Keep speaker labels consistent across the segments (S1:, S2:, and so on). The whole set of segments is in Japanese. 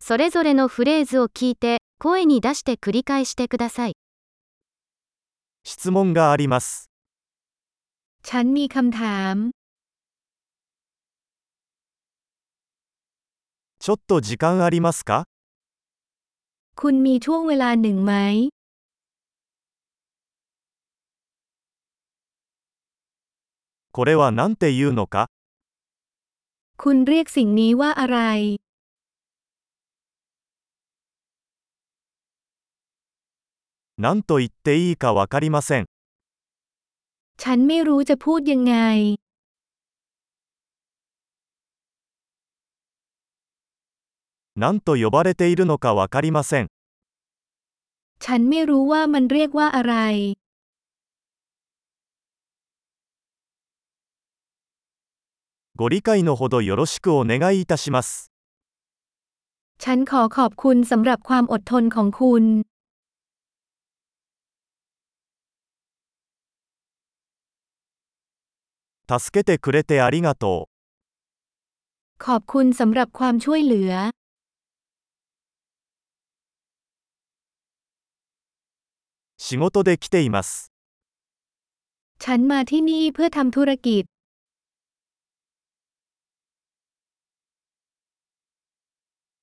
S1: それぞれのフレーズを聞いて、声に出して繰り返してください。
S2: 質問があります。
S1: ฉันมีคำถาม
S2: ちょっと時間ありますか
S1: คุณมีช่วงเวลาหนึ่งไหม
S2: これは何て言うのか
S1: คุณเรียกสิ่งนี้ว่าอะไร
S2: 何と言っていいかわかりません。
S1: ฉันไม่รู้จะพูดยังไง
S2: 何と呼ばれているのかわかりません。
S1: ฉันไม่รู้ว่ามันเรียกว่าอะไร
S2: ご理解のほどよろしくお願いいたします。
S1: ฉันขอขอบคุณสำหรับความอดทนของคุณ
S2: 助けてくれてありがとう。
S1: ขอบคุณสำหรับความช่วยเหลือ
S2: 仕事で来ています。
S1: ฉันมาที่นี่เพื่อทำธุรกิจ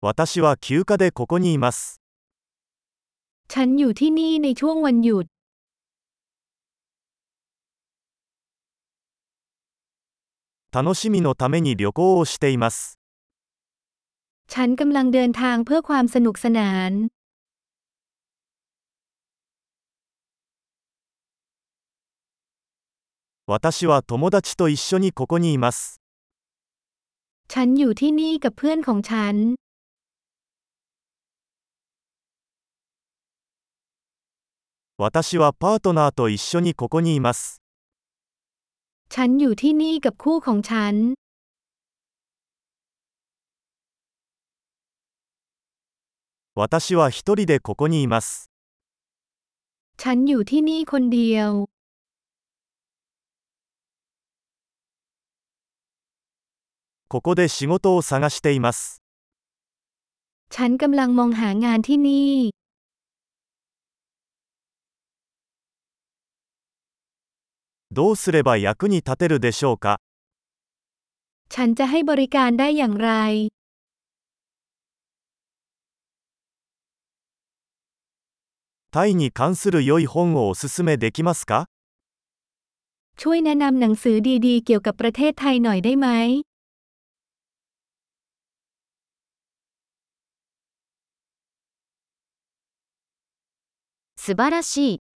S2: 私は休暇でここにいます。
S1: ฉันอยู่ที่นี่ในช่วงวันหยุด
S2: 楽しみのために旅行をしています。
S1: ฉันกำลังเดินทางเพื่อความสนุกสนาน
S2: 私は友達と一緒にここにいます。
S1: ฉันอยู่ที่นี่กับเพื่อนของฉัน
S2: 私はパートナーと一緒にここにいます。
S1: ฉันอยู่ที่นี่กับคู่ของฉัน
S2: 私は一人でここにいます。
S1: ฉันอยู่ที่นี่คนเดียว
S2: ここで仕事を探しています。
S1: ฉันกำลังมองหางานที่นี่
S2: どうすれば役に立てるでしょうか
S1: ฉันจะให้บริการได้อย่างไร
S2: タイに関する良い本をおすすめできますか
S1: ช่วยแนะนำหนังสือดีๆ เกี่ยวกับประเทศไทยหน่อยได้ไหม 素晴らしい。